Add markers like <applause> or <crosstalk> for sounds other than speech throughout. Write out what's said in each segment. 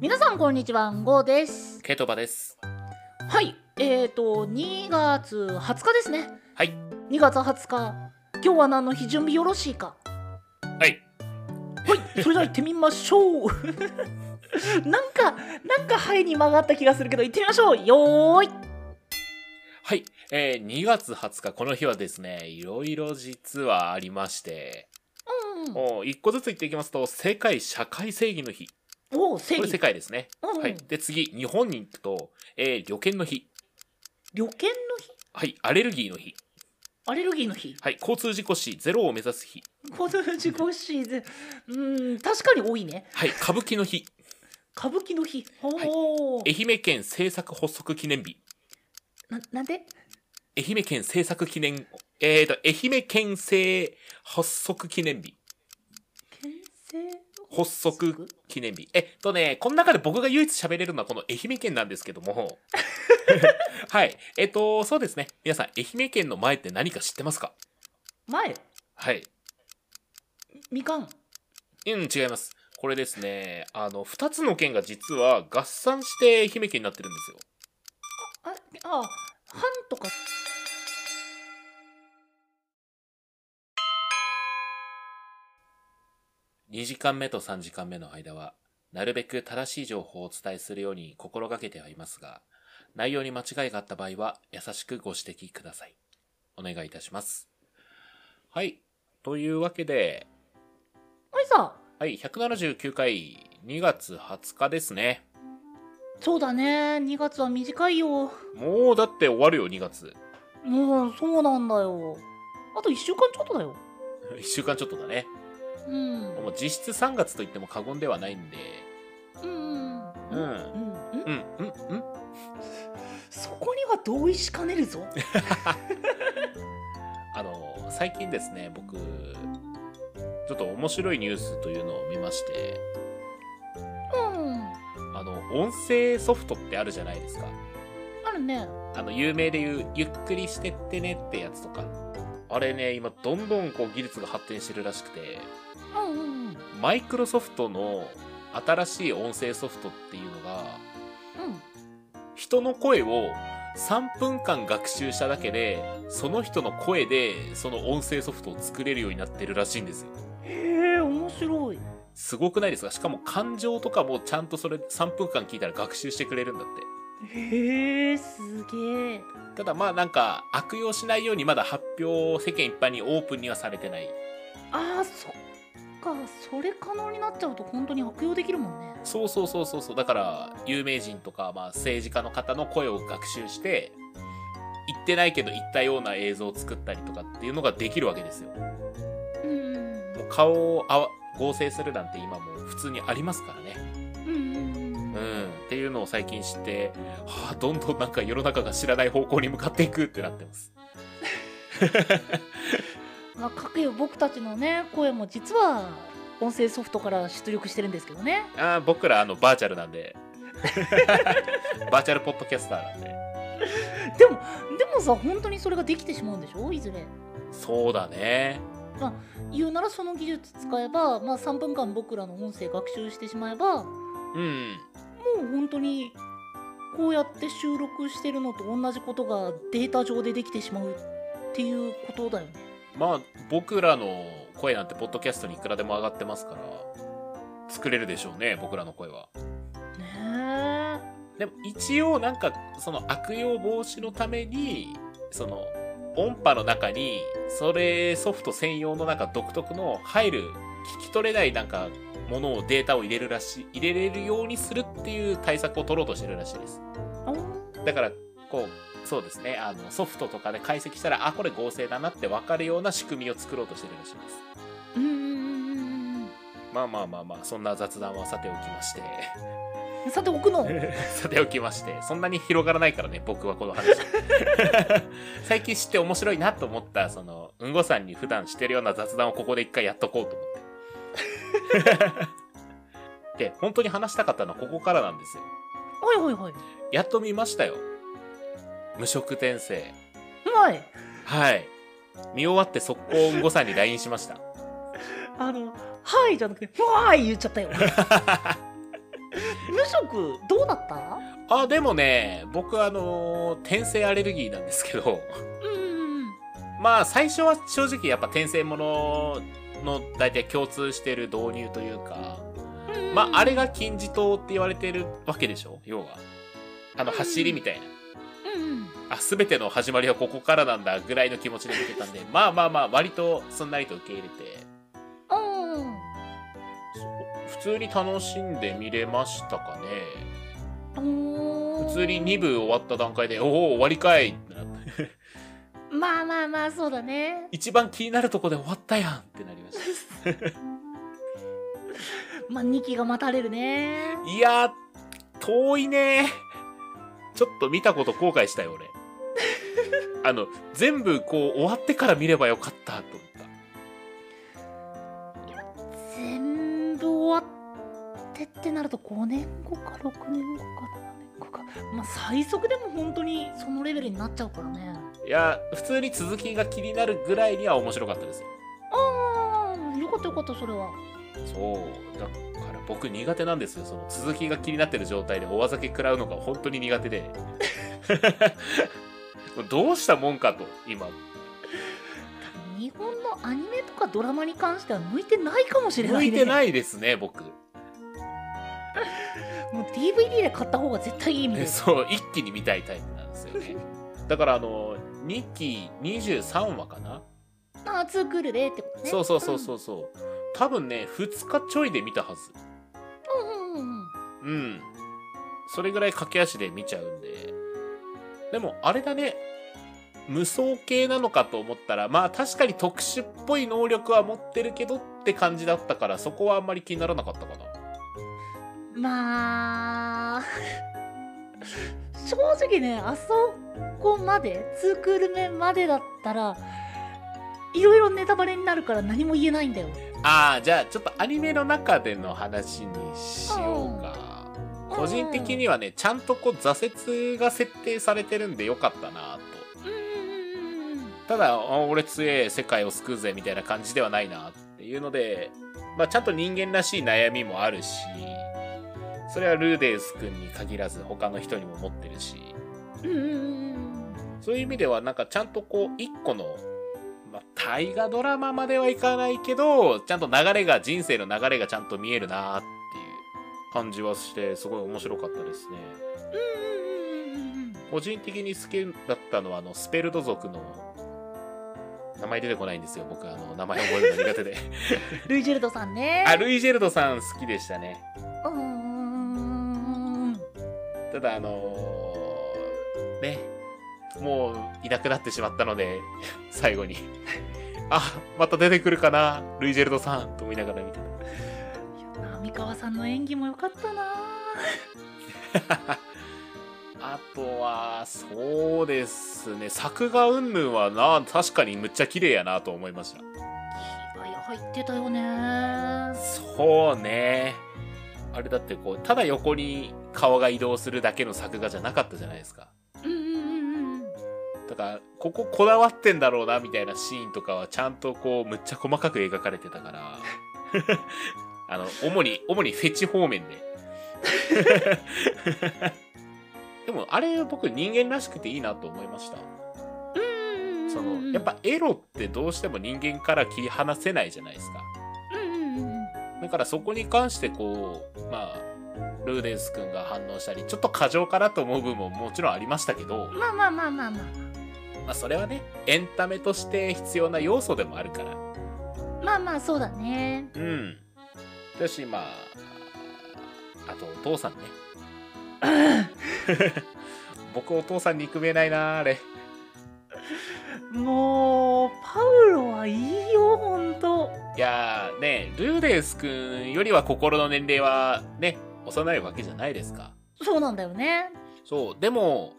皆さんこんにちは、ゴーです。ケトバです。はい、えーと2月20日ですね。はい。 2月20日、今日は何の日準備よろしいか。はい。はい、それでは行ってみまし <laughs> ょう。なんかなんかハイに曲がった気がするけど行ってみましょう。よーい。はい。えー、2月20日、この日はですね、いろいろ実はありまして、うん。もう一個ずつ言っていきますと、世界社会正義の日。おお、正これ義世。界ですね。うん、はい。で、次、日本に行くと、えー、旅券の日。旅券の日、はい。アレルギーの日。アレルギーの日、はい。交通事故死ゼロを目指す日。交通事故死で、うん、確かに多いね。はい。歌舞伎の日。歌舞伎の日。ほー愛媛県政策発足記念日。ななんで？愛媛県政策記念、えーと、愛媛県政発足記念日。県政発足記念日。えっとね、この中で僕が唯一喋れるのはこの愛媛県なんですけども。はい。えっと、そうですね。皆さん、愛媛県の前って何か知ってますか前はい。みかん。うん、違います。これですね、あの、二つの県が実は合算して愛媛県になってるんですよ。あ、あ、半とか。 2時間目と3時間目の間は、なるべく正しい情報をお伝えするように心がけてはいますが、内容に間違いがあった場合は、優しくご指摘ください。お願いいたします。はい。というわけで、おいさ、はい、179回、2月20日ですね。そうだね。2月は短いよ。もうだって終わるよ、2月。 <laughs> もう、そうなんだよ。あと1週間ちょっとだよ。 1週間ちょっとだね。うん。もう実質3月と言っても過言ではないんで、うん。ううん。ん、うん。うん、うん、うん。そこには同意しかねるぞ。あの、最近ですね、僕、ちょっと面白いニュースというのを見まして、うん。あの、音声ソフトってあるじゃないですか。あるね。あの、有名で言う、ゆっくりしてってねってやつとか。あれね、今、どんどんこう、技術が発展してるらしくて、うんうんうん。マイクロソフトの新しい音声ソフトっていうのが、人の声を3分間学習しただけで、その人の声で、その音声ソフトを作れるようになってるらしいんですよ。へえ、面白い。すごくないですかしかも感情とかもちゃんとそれ3分間聞いたら学習してくれるんだって。へえ、すげえ。ただまあなんか悪用しないようにまだ発表世間一般にオープンにはされてない。ああ、そっか。それ可能になっちゃうと本当に悪用できるもんね。そうそうそうそうそう。だから有名人とかまあ政治家の方の声を学習して、言ってないけど言ったような映像を作ったりとかっていうのができるわけですよ。もうんうんう顔をあわ合成するなんて今もう普通にありますからね。うん。うんうんうん。うん。っていうのを最近知って、はあ、どんどんなんか世の中が知らない方向に向かっていくってなってます。まあ、かくいう僕たちのね声も実は音声ソフトから出力してるんですけどねあー僕らあのバーチャルなんでバーチャルポッドキャスターなんででもでもさ本当にそれができてしまうんでしょいずれそうだね言うならその技術使えば、まあ、3分間僕らの音声学習してしまえばもうんう本当にこうやって収録してるのと同じことがデータ上でできてしまうっていうことだよねまあ僕らの声なんてポッドキャストにいくらでも上がってますから作れるでしょうね僕らの声はねえでも一応なんかその悪用防止のためにその音波の中にそれソフト専用のなんか独特の入る聞き取れないなんかものをデータを入れるらしい入れれるようにするっていう対策を取ろうとしてるらしいですあだからこうそうですねあのソフトとかで解析したらあこれ合成だなって分かるような仕組みを作ろうとしてるらしいですうんうんうんまあまあまあまあそんな雑談はさておきましてうんさて奥のさておきましてそんなに広がらないからね僕はこの話最近知って面白いなと思ったそのうんごさんに普段してるような雑談をここで一回やっとこうと思ってで本当に話したかったのはここからなんですよはいはいはいやっと見ましたよ無職転生うまいはい。見終わって速攻うんごさんに LINE しました。 <laughs> あの「はい」じゃなくて「ふわーい」言っちゃったよ無職どうだったあ、でもね、僕あのー転生アレルギーなんですけど、うんまあ最初は正直やっぱ転生ものの大体共通してる導入というか、うんまああれが金字塔って言われてるわけでしょ要は。あの、うん走りみたいな。うんあ、すべての始まりはここからなんだぐらいの気持ちで見てたんで、 <laughs> まあまあまあ割とすんなりと受け入れて、うんうん普通に楽しんで見れましたかね。おー普通に2部終わった段階で、おお、終わりかいってなった。まあまあまあそうだね一番気になるとこで終わったやんってなりましまあ2期が待たれるねた。いやー、遠いねちょっと見たこと後悔したよ、俺。 <laughs> あの、全部こう終わってから見ればよかったと思っ全部終わってってなると5年後か6年後か7年後かまあ最速でも本当にそのレベルになっちゃうからねた。いやー、普通に続きが気になるぐらいには面白かったですよ。ああよかったよかったそれはそう。だから僕苦手なんですよ。その続きが気になってる状態でおわざけ食らうのが本当に苦手で。 <laughs> どうしたもんかと、今。日本のアニメとかドラマに関しては向いてないかもしれな向いいねてないですね、僕。もう DVD で買った方が絶対いいみたいね、なそう、一気に見たいタイプなんですよ <laughs> ね。だから、あの、2期23話かな、あーツークールでってことねそうそうそうそうそう。多分ね、2日ちょいで見たはず。うんうんうんうんうん。それぐらい駆け足で見ちゃうんで。でも、あれだね。無双系なのかと思ったら、まあ確かに特殊っぽい能力は持ってるけどって感じだったから、そこはあんまり気にならなかったかな。まあ正直ねあそこまでツークール目までだったらいろいろネタバレになるから何も言えないんだよああ、じゃあちょっとアニメの中での話にしようか。個人的にはね、ちゃんとこう挫折が設定されてるんでよかったなと。うんうんうんただ、あ俺強え、世界を救うぜみたいな感じではないなっていうので、まあちゃんと人間らしい悩みもあるし、それはルーデウス君に限らず他の人にも持ってるし、うんうんうんそういう意味ではなんかちゃんとこう一個の、まあ大河ドラマまではいかないけど、ちゃんと流れが、人生の流れがちゃんと見えるなっていう感じはして、すごい面白かったですね。うん個人的に好きだったのは、あの、スペルド族の、名前出てこないんですよ。僕、あの、名前覚えるの苦手で。ルイジェルドさんねあ、ルイジェルドさん好きでしたね。うんうんうんうんただ、あのーね、もう、いなくなってしまったので、最後に。あ、また出てくるかな、ルイジェルドさん、と思いながら見て浪川さんの演技も良かったなた。あとは、そうですね、作画云々はな、確かにむっちゃ綺麗やなと思いました。気合入ってたよねうんそうね。あれだってこう、ただ横に顔が移動するだけの作画じゃなかったじゃないですか。うんうんうんだから、こここだわってんだろうな、みたいなシーンとかはちゃんとこう、むっちゃ細かく描かれてたから。あの、主に、主にフェチ方面で。でも、あれ僕人間らしくていいなと思いました。うんうんその、やっぱエロってどうしても人間から切り離せないじゃないですか。うんうんうんだからそこに関してこう、まあ、ルーデンス君が反応したり、ちょっと過剰かなと思う部分ももちろんありましたけど、まあまあまあまあまあまあそれはね、エンタメとして必要な要素でもあるから。まあまあそうだねうん。だし、まあ、あとお父さんね。僕お父さん憎めないなあれ。 <laughs> もうパウロはいいよほんといやーね、ルーデンス君よりは心の年齢はね、幼いわけじゃないですか。そうなんだよねそう、でも、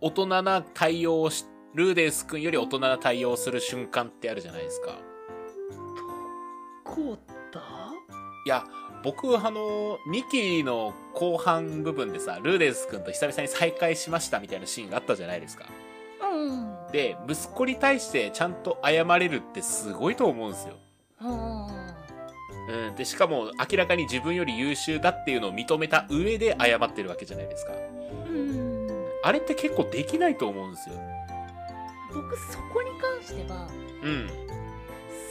大人な対応をし、ルーデンス君より大人な対応をする瞬間ってあるじゃないですか。こうだいや、僕、あの、2期の後半部分でさ、ルーデンス君と久々に再会しましたみたいなシーンがあったじゃないですか。うんで、息子に対してちゃんと謝れるってすごいと思うんですよ。うんうん、でしかも明らかに自分より優秀だっていうのを認めた上で謝ってるわけじゃないですかうんあれって結構できないと思うんですよ僕そこに関してはうん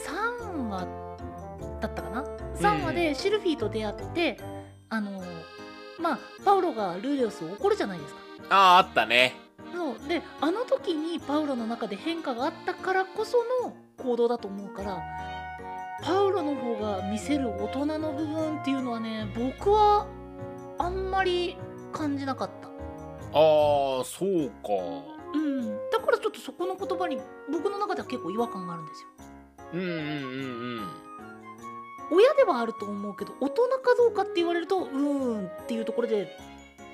3話だったかな3話でシルフィーと出会って、あのまあパウロがルーリオスを怒るじゃないですかあああったねそうであの時にパウロの中で変化があったからこその行動だと思うからパウロの方が見せる大人の部分っていうのはね僕はあんまり感じなかったああそうかうんだからちょっとそこの言葉に僕の中では結構違和感があるんですようんうんうんうん親ではあると思うけど大人かどうかって言われるとうーんっていうところで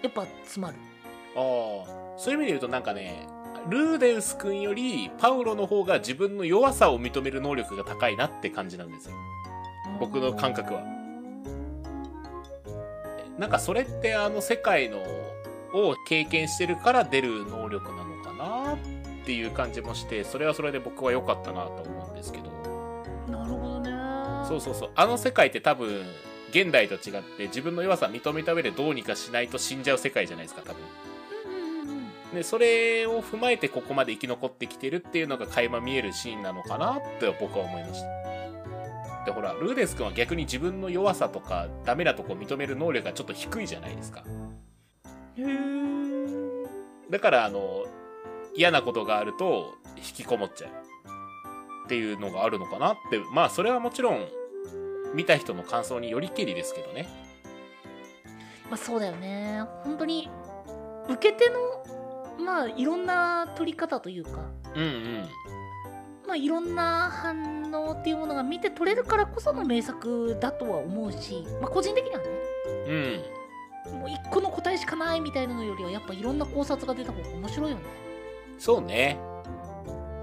やっぱ詰まるああそういう意味で言うとなんかねルーデウス君よりパウロの方が自分の弱さを認める能力が高いなって感じなんですよ僕の感覚はなんかそれってあの世界のを経験してるから出る能力なのかなっていう感じもしてそれはそれで僕は良かったなと思うんですけどなるほどねそうそうそうあの世界って多分現代と違って自分の弱さ認めた上でどうにかしないと死んじゃう世界じゃないですか多分うんうんうんうんでそれを踏まえてここまで生き残ってきてるっていうのが垣間見えるシーンなのかなって僕は思いましたでほらルーデス君は逆に自分の弱さとかダメなとこ認める能力がちょっと低いじゃないですかへーだからあの嫌なことがあると引きこもっちゃうっていうのがあるのかなってまあそれはもちろん見た人の感想によりけりですけどねまあそうだよね本当に受け手のまあいろんな取り方というかうんうんまあいろんな反応っていうものが見て取れるからこその名作だとは思うし、まあ、個人的にはねうんもう一個の答えしかないみたいなのよりはやっぱいろんな考察が出た方が面白いよねそうね。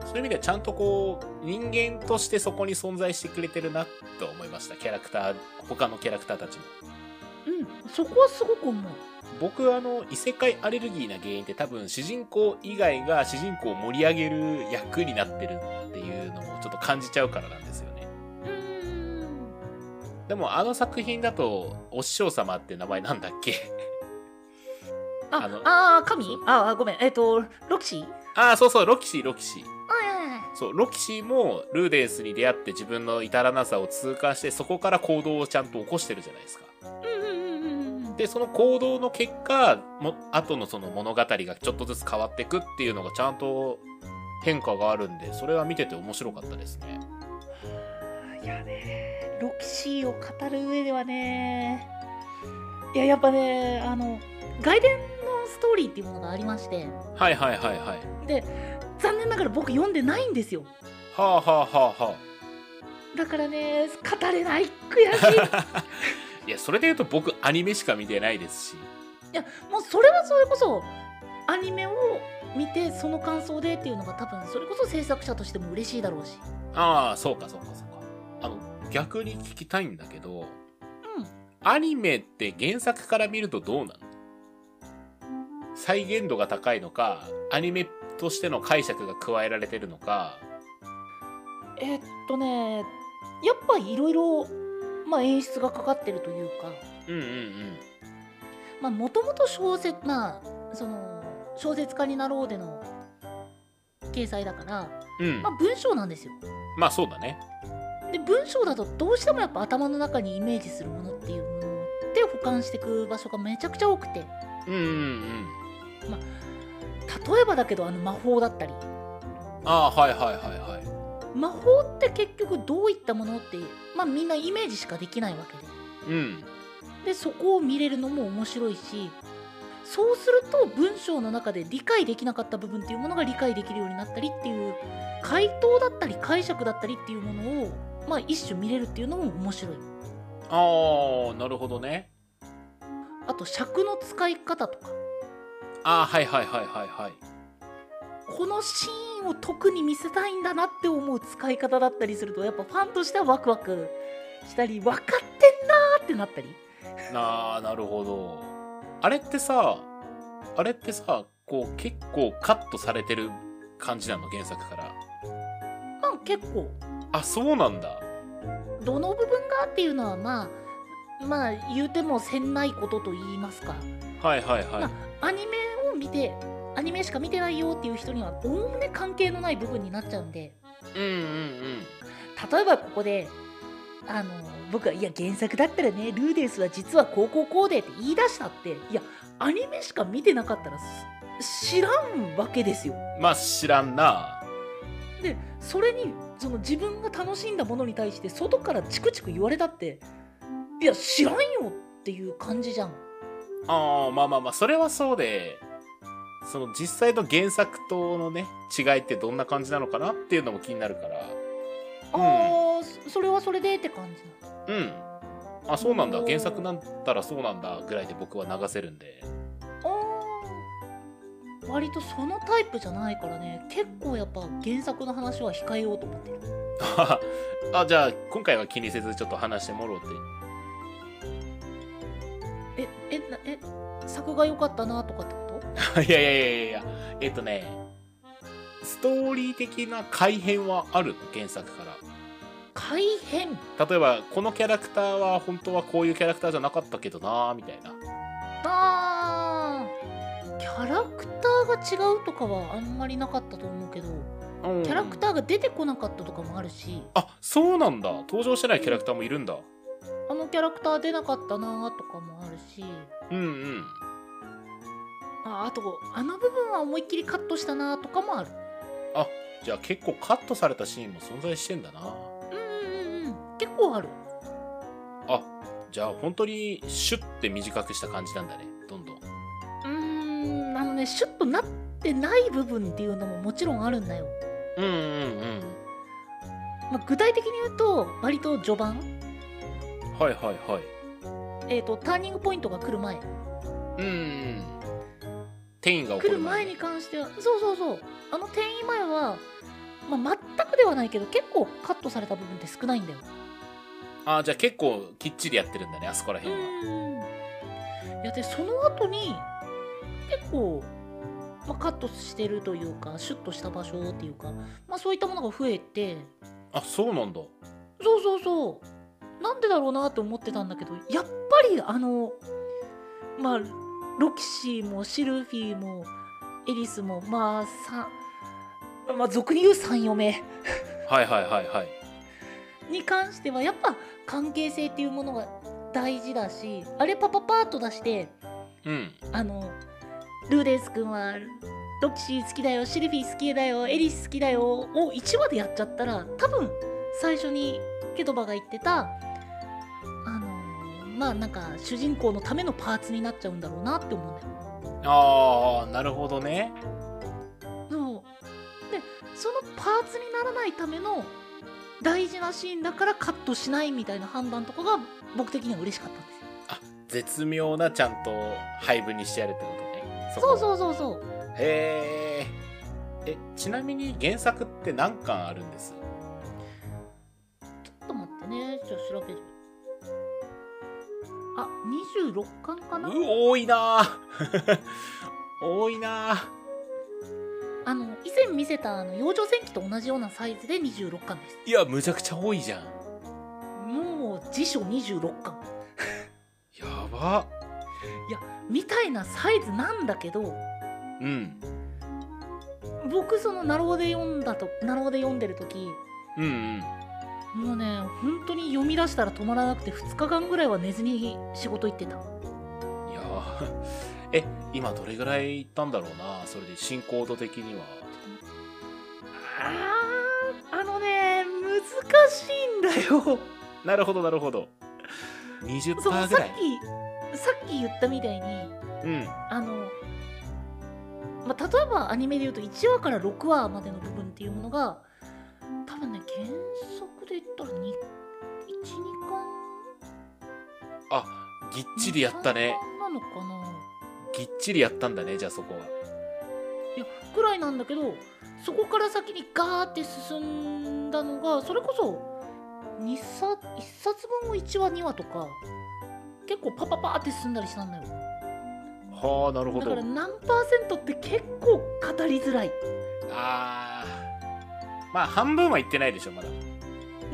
そういう意味ではちゃんとこう、人間としてそこに存在してくれてるなと思いました。キャラクター、他のキャラクターたちも。うんそこはすごく思う僕あの、異世界アレルギーな原因って多分主人公以外が主人公を盛り上げる役になってるっていうのをちょっと感じちゃうからなんですよね。うんでもあの作品だと、お師匠様って名前なんだっけ <laughs> ああのああ神ああごめんえっ、とロキシーああ、そうそう、ロキシー、ロキシー。はいはいはいそう、ロキシーもルーデンスに出会って自分の至らなさを痛感して、そこから行動をちゃんと起こしてるじゃないですか。うんうんうんうんうんでその行動の結果も後のその物語がちょっとずつ変わっていくっていうのがちゃんと変化があるんでそれは見てて面白かったですねいやねロキシーを語る上ではねいややっぱねあの外伝のストーリーっていうものがありましてはいはいはいはいで残念ながら僕読んでないんですよはあはあはあはだからね語れ <laughs> ない悔しいあいやそれで言うと僕アニメしか見てないですしいやもうそれはそれこそアニメを見てその感想でっていうのが多分それこそ制作者としても嬉しいだろうしああそうかそうかそうかあの逆に聞きたいんだけどうんアニメって原作から見るとどうなの再現度が高いのかアニメとしての解釈が加えられてるのかえっとねやっぱいろいろまあ演出がかかってるというかうんうんうんまあもともと小説まあその小説家になろうでの掲載だから、うんまあ、文章なんですよまあそうだね。で文章だとどうしてもやっぱ頭の中にイメージするものっていうもので保管していく場所がめちゃくちゃ多くてうんうんうん。例えばだけどあの魔法だったりああ、はいはいはいはい。魔法って結局どういったものってまあみんなイメージしかできないわけでうん。でそこを見れるのも面白いしそうすると文章の中で理解できなかった部分っていうものが理解できるようになったりっていう回答だったり解釈だったりっていうものをまあ一種見れるっていうのも面白いああ、なるほどね。あと尺の使い方とかああ、はいはいはいはいはい。このシーンを特に見せたいんだなって思う使い方だったりするとやっぱファンとしてはワクワクしたり分かってんなーってなったりああ、なるほど。あれってさ、あれってさ、こう結構カットされてる感じなの、原作から。まあ結構あ、そうなんだ。どの部分がっていうのはまあまあ言うてもせんないことと言いますかはいはいはいまアニメを見てアニメしか見てないよっていう人にはおおむね関係のない部分になっちゃうんでうんうん例えばここであの僕はいや原作だったらねルーデウスは実はこうこうこうでって言い出したっていやアニメしか見てなかったらす知らんわけですようんまあ知らんなでそれにその自分が楽しんだものに対して外からチクチク言われたっていや知らんよっていう感じじゃんあーまあまあまあそれはそうでその実際の原作とのね違いってどんな感じなのかなっていうのも気になるからああ、そそれはそれでって感じなのうんあそうなんだおー原作なんたらそうなんだぐらいで僕は流せるんで <laughs> あー割とそのタイプじゃないからね結構やっぱ原作の話は控えようと思ってるああじゃあ今回は気にせずちょっと話してもろうって <laughs> ええなえ作が良かったなとかってこといやいやいやいやいやえっとねストーリー的な改変はあるの原作から改変例えばこのキャラクターは本当はこういうキャラクターじゃなかったけどなみたいなあーキャラクターが違うとかはあんまりなかったと思うけどキャラクーターが出てこなかったとかもあるしあそうなんだ登場してないキャラクターもいるんだあのキャラクター出なかったなとかもあるしうんうんああとあの部分は思いっきりカットしたなとかもあるじゃあ結構カットされたシーンも存在してんだなうんうんうんうん結構あるあじゃあ本当にシュッて短くした感じなんだねどんどんうーんあのねシュッとなってない部分っていうのももちろんあるんだよ、うんうんうんまあ具体的に言うと割と序盤はいはいはいえっ、とターニングポイントが来る前うんうん転移が起こ来るる前に関してはそうそうそうあの転移前は、まあ、全くではないけど結構カットされた部分って少ないんだよあじゃあ結構きっちりやってるんだねあそこらう辺はんいやでその後に結構、まあ、カットしてるというかシュッとした場所っていうか、まあ、そういったものが増えてあそうなんだそうそうそうなんでだろうなと思ってたんだけどやっぱりあのまあロキシーもシルフィーもエリスもまあさまあ俗に言う3嫁目はいはいはいはいに関してはやっぱ関係性っていうものが大事だしあれパパパーッと出してうんあのルーデンス君はロキシー好きだよシルフィー好きだよエリス好きだよを1話でやっちゃったら多分最初にケトバが言ってたあのまあなんか主人公のためのパーツになっちゃうんだろうなって思うんだよ。ああなるほどねそうでそのパーツにならないための大事なシーンだからカットしないみたいな判断とかが僕的には嬉しかったんですよ。絶妙なちゃんと配分にしてやるってことねこそうそうそうそう。へーえちなみに原作って何巻あるんですちょっと待ってね、じゃあ調べる。あ、26巻かうな多いなー <laughs> 多いなーあの、以前見せたあの、養生戦記と同じようなサイズで26巻です。いやむちゃくちゃ多いじゃんもう、辞書26巻。やばみたいなサイズなんだけど、うん僕その、ナローで読んだと、ナローで読んでる時、うんうんもうね、本当に読み出したら止まらなくて、2日間ぐらいは寝ずに仕事行ってた。いやー <laughs> え今どれぐらいいったんだろうなそれで進行度的にはあー、あのね、難しいんだよ。なるほどなるほどその20%ぐさらいっき、さっき言ったみたいに、うんあの、まあ、例えばアニメで言うと1話から6話までの部分っていうものが多分ね原作で言ったら12巻あぎっちりやったね23巻なのかなぎっちりやったんだねじゃあそこはいやくらいなんだけどそこから先にガーって進んだのがそれこそ2冊1冊分を1話2話とか結構パパパーって進んだりしたんだよはあなるほだかどら何パーセントって結構語りづらいあーまあ半分は言ってないでしょまだ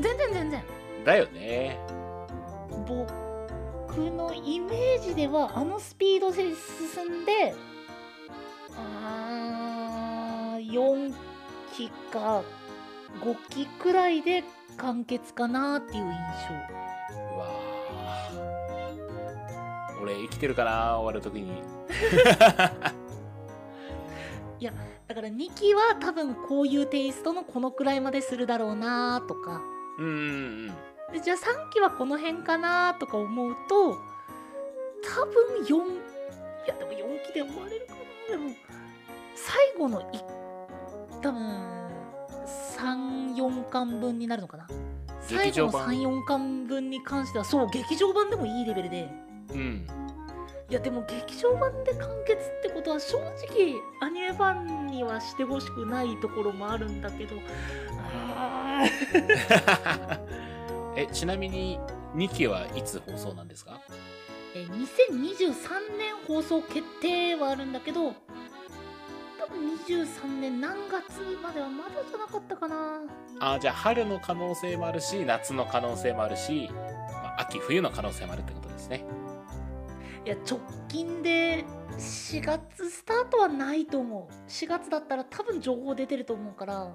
全然全然だよね。僕のイメージではあのスピードで進んであー4期か5期くらいで完結かなっていう印うわー俺生きてるかな終わる時に。象だから2期は多分こういうテイストのこのくらいまでするだろうなとかうんうんうん。でじゃあ3期はこの辺かなとか思うと多分4いやでも4期で終われるかなでも最後の1多分34巻分になるのかな最劇場後の版34巻分に関してはそう劇場版でもいいレベルでうん。いやでも劇場版で完結ってことは正直アニメファンにはしてほしくないところもあるんだけどあー <laughs> え、ちなみに2期はいつ放送なんですかえー2023年放送決定はあるんだけど多分23年何月まではまだじゃなかったかなあーじゃあ春の可能性もあるし、夏の可能性もあるし、まあ、秋冬の可能性もあるってことですね。いや直近で4月スタートはないと思う4月だったら多分情報出てると思うからあ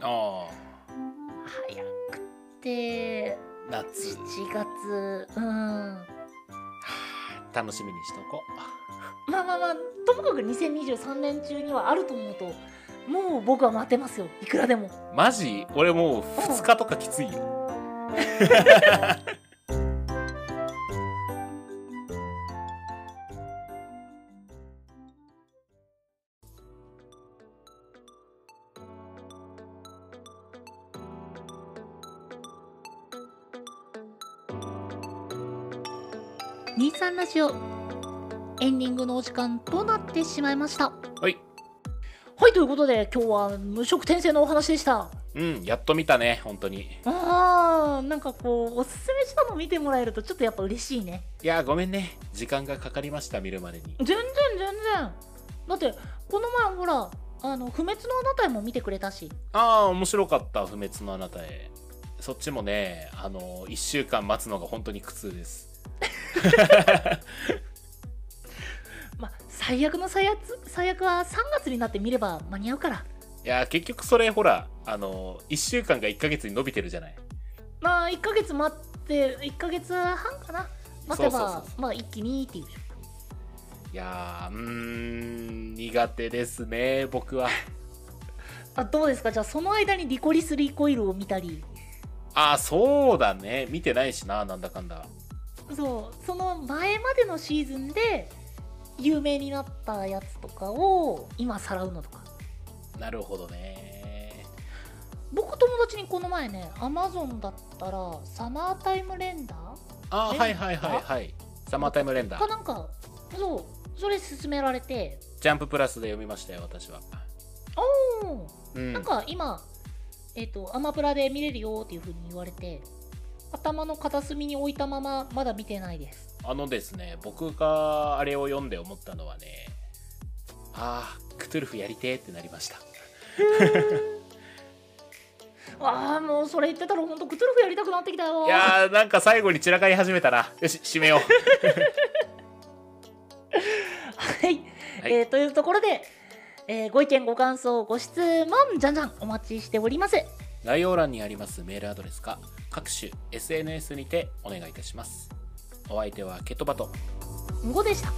あ、早くて夏。 7月うんはあ楽しみにしとこまあまあまあともかく2023年中にはあると思うともう僕は待てますよいくらでもう。マジ俺もう2日とかきついよ。 23ラジオエンディングのお時間となってしまいましたはい。はいということで今日は無職転生のお話でしたうん、やっと見たね、本当に。あーなんかこうおすすめしたの見てもらえるとちょっとやっぱ嬉しいねいやーごめんね。時間がかかりました、見るまでに。全然全然だってこの前ほらあの不滅のあなたへも見てくれたしああ、面白かった、不滅のあなたへ。そっちもね、あのー、1週間待つのが本当に苦痛です。まあ最悪の最悪最悪は3月になって見れば間に合うからいやー結局それほら、あのー、1週間が1ヶ月に伸びてるじゃない。まあ1ヶ月待って1ヶ月半かな待てばそうそうそうそまあ一気にっていういやー、うーん、苦手ですね、僕 <laughs> は。あどうですかじゃあその間にリコリス・リコイルを見たりああ、そうだね。見てないしな、なんだかんだ。そうその前までのシーズンで有名になったやつとかを今さらうのとかなるほどね。僕友達にこの前ねアマゾンだったらサマータイムレンダああ、えはいはいはいはい。サマータイムレンダーかー。なんかそうそれ勧められてジャンププラスで読みましたよ、私は。うんうん。なんか今、えっとアマプラで見れるよっていう風に言われて頭の片隅に置いたまままだ見てないですあのですね、僕があれを読んで思ったのはね、ああ、クトゥルフやりてーってなりました。ああもうそれ言ってたらほんとクトゥルフやりたくなってきたよいやー、なんか最後に散らかり始めたな。よし、締めよう。はい、はいえーというところで、えーご意見ご感想ご質問じゃんじゃんお待ちしております概要欄にありますメールアドレスか、各種 SNS にてお願いいたします。お相手はケトバト。んごでした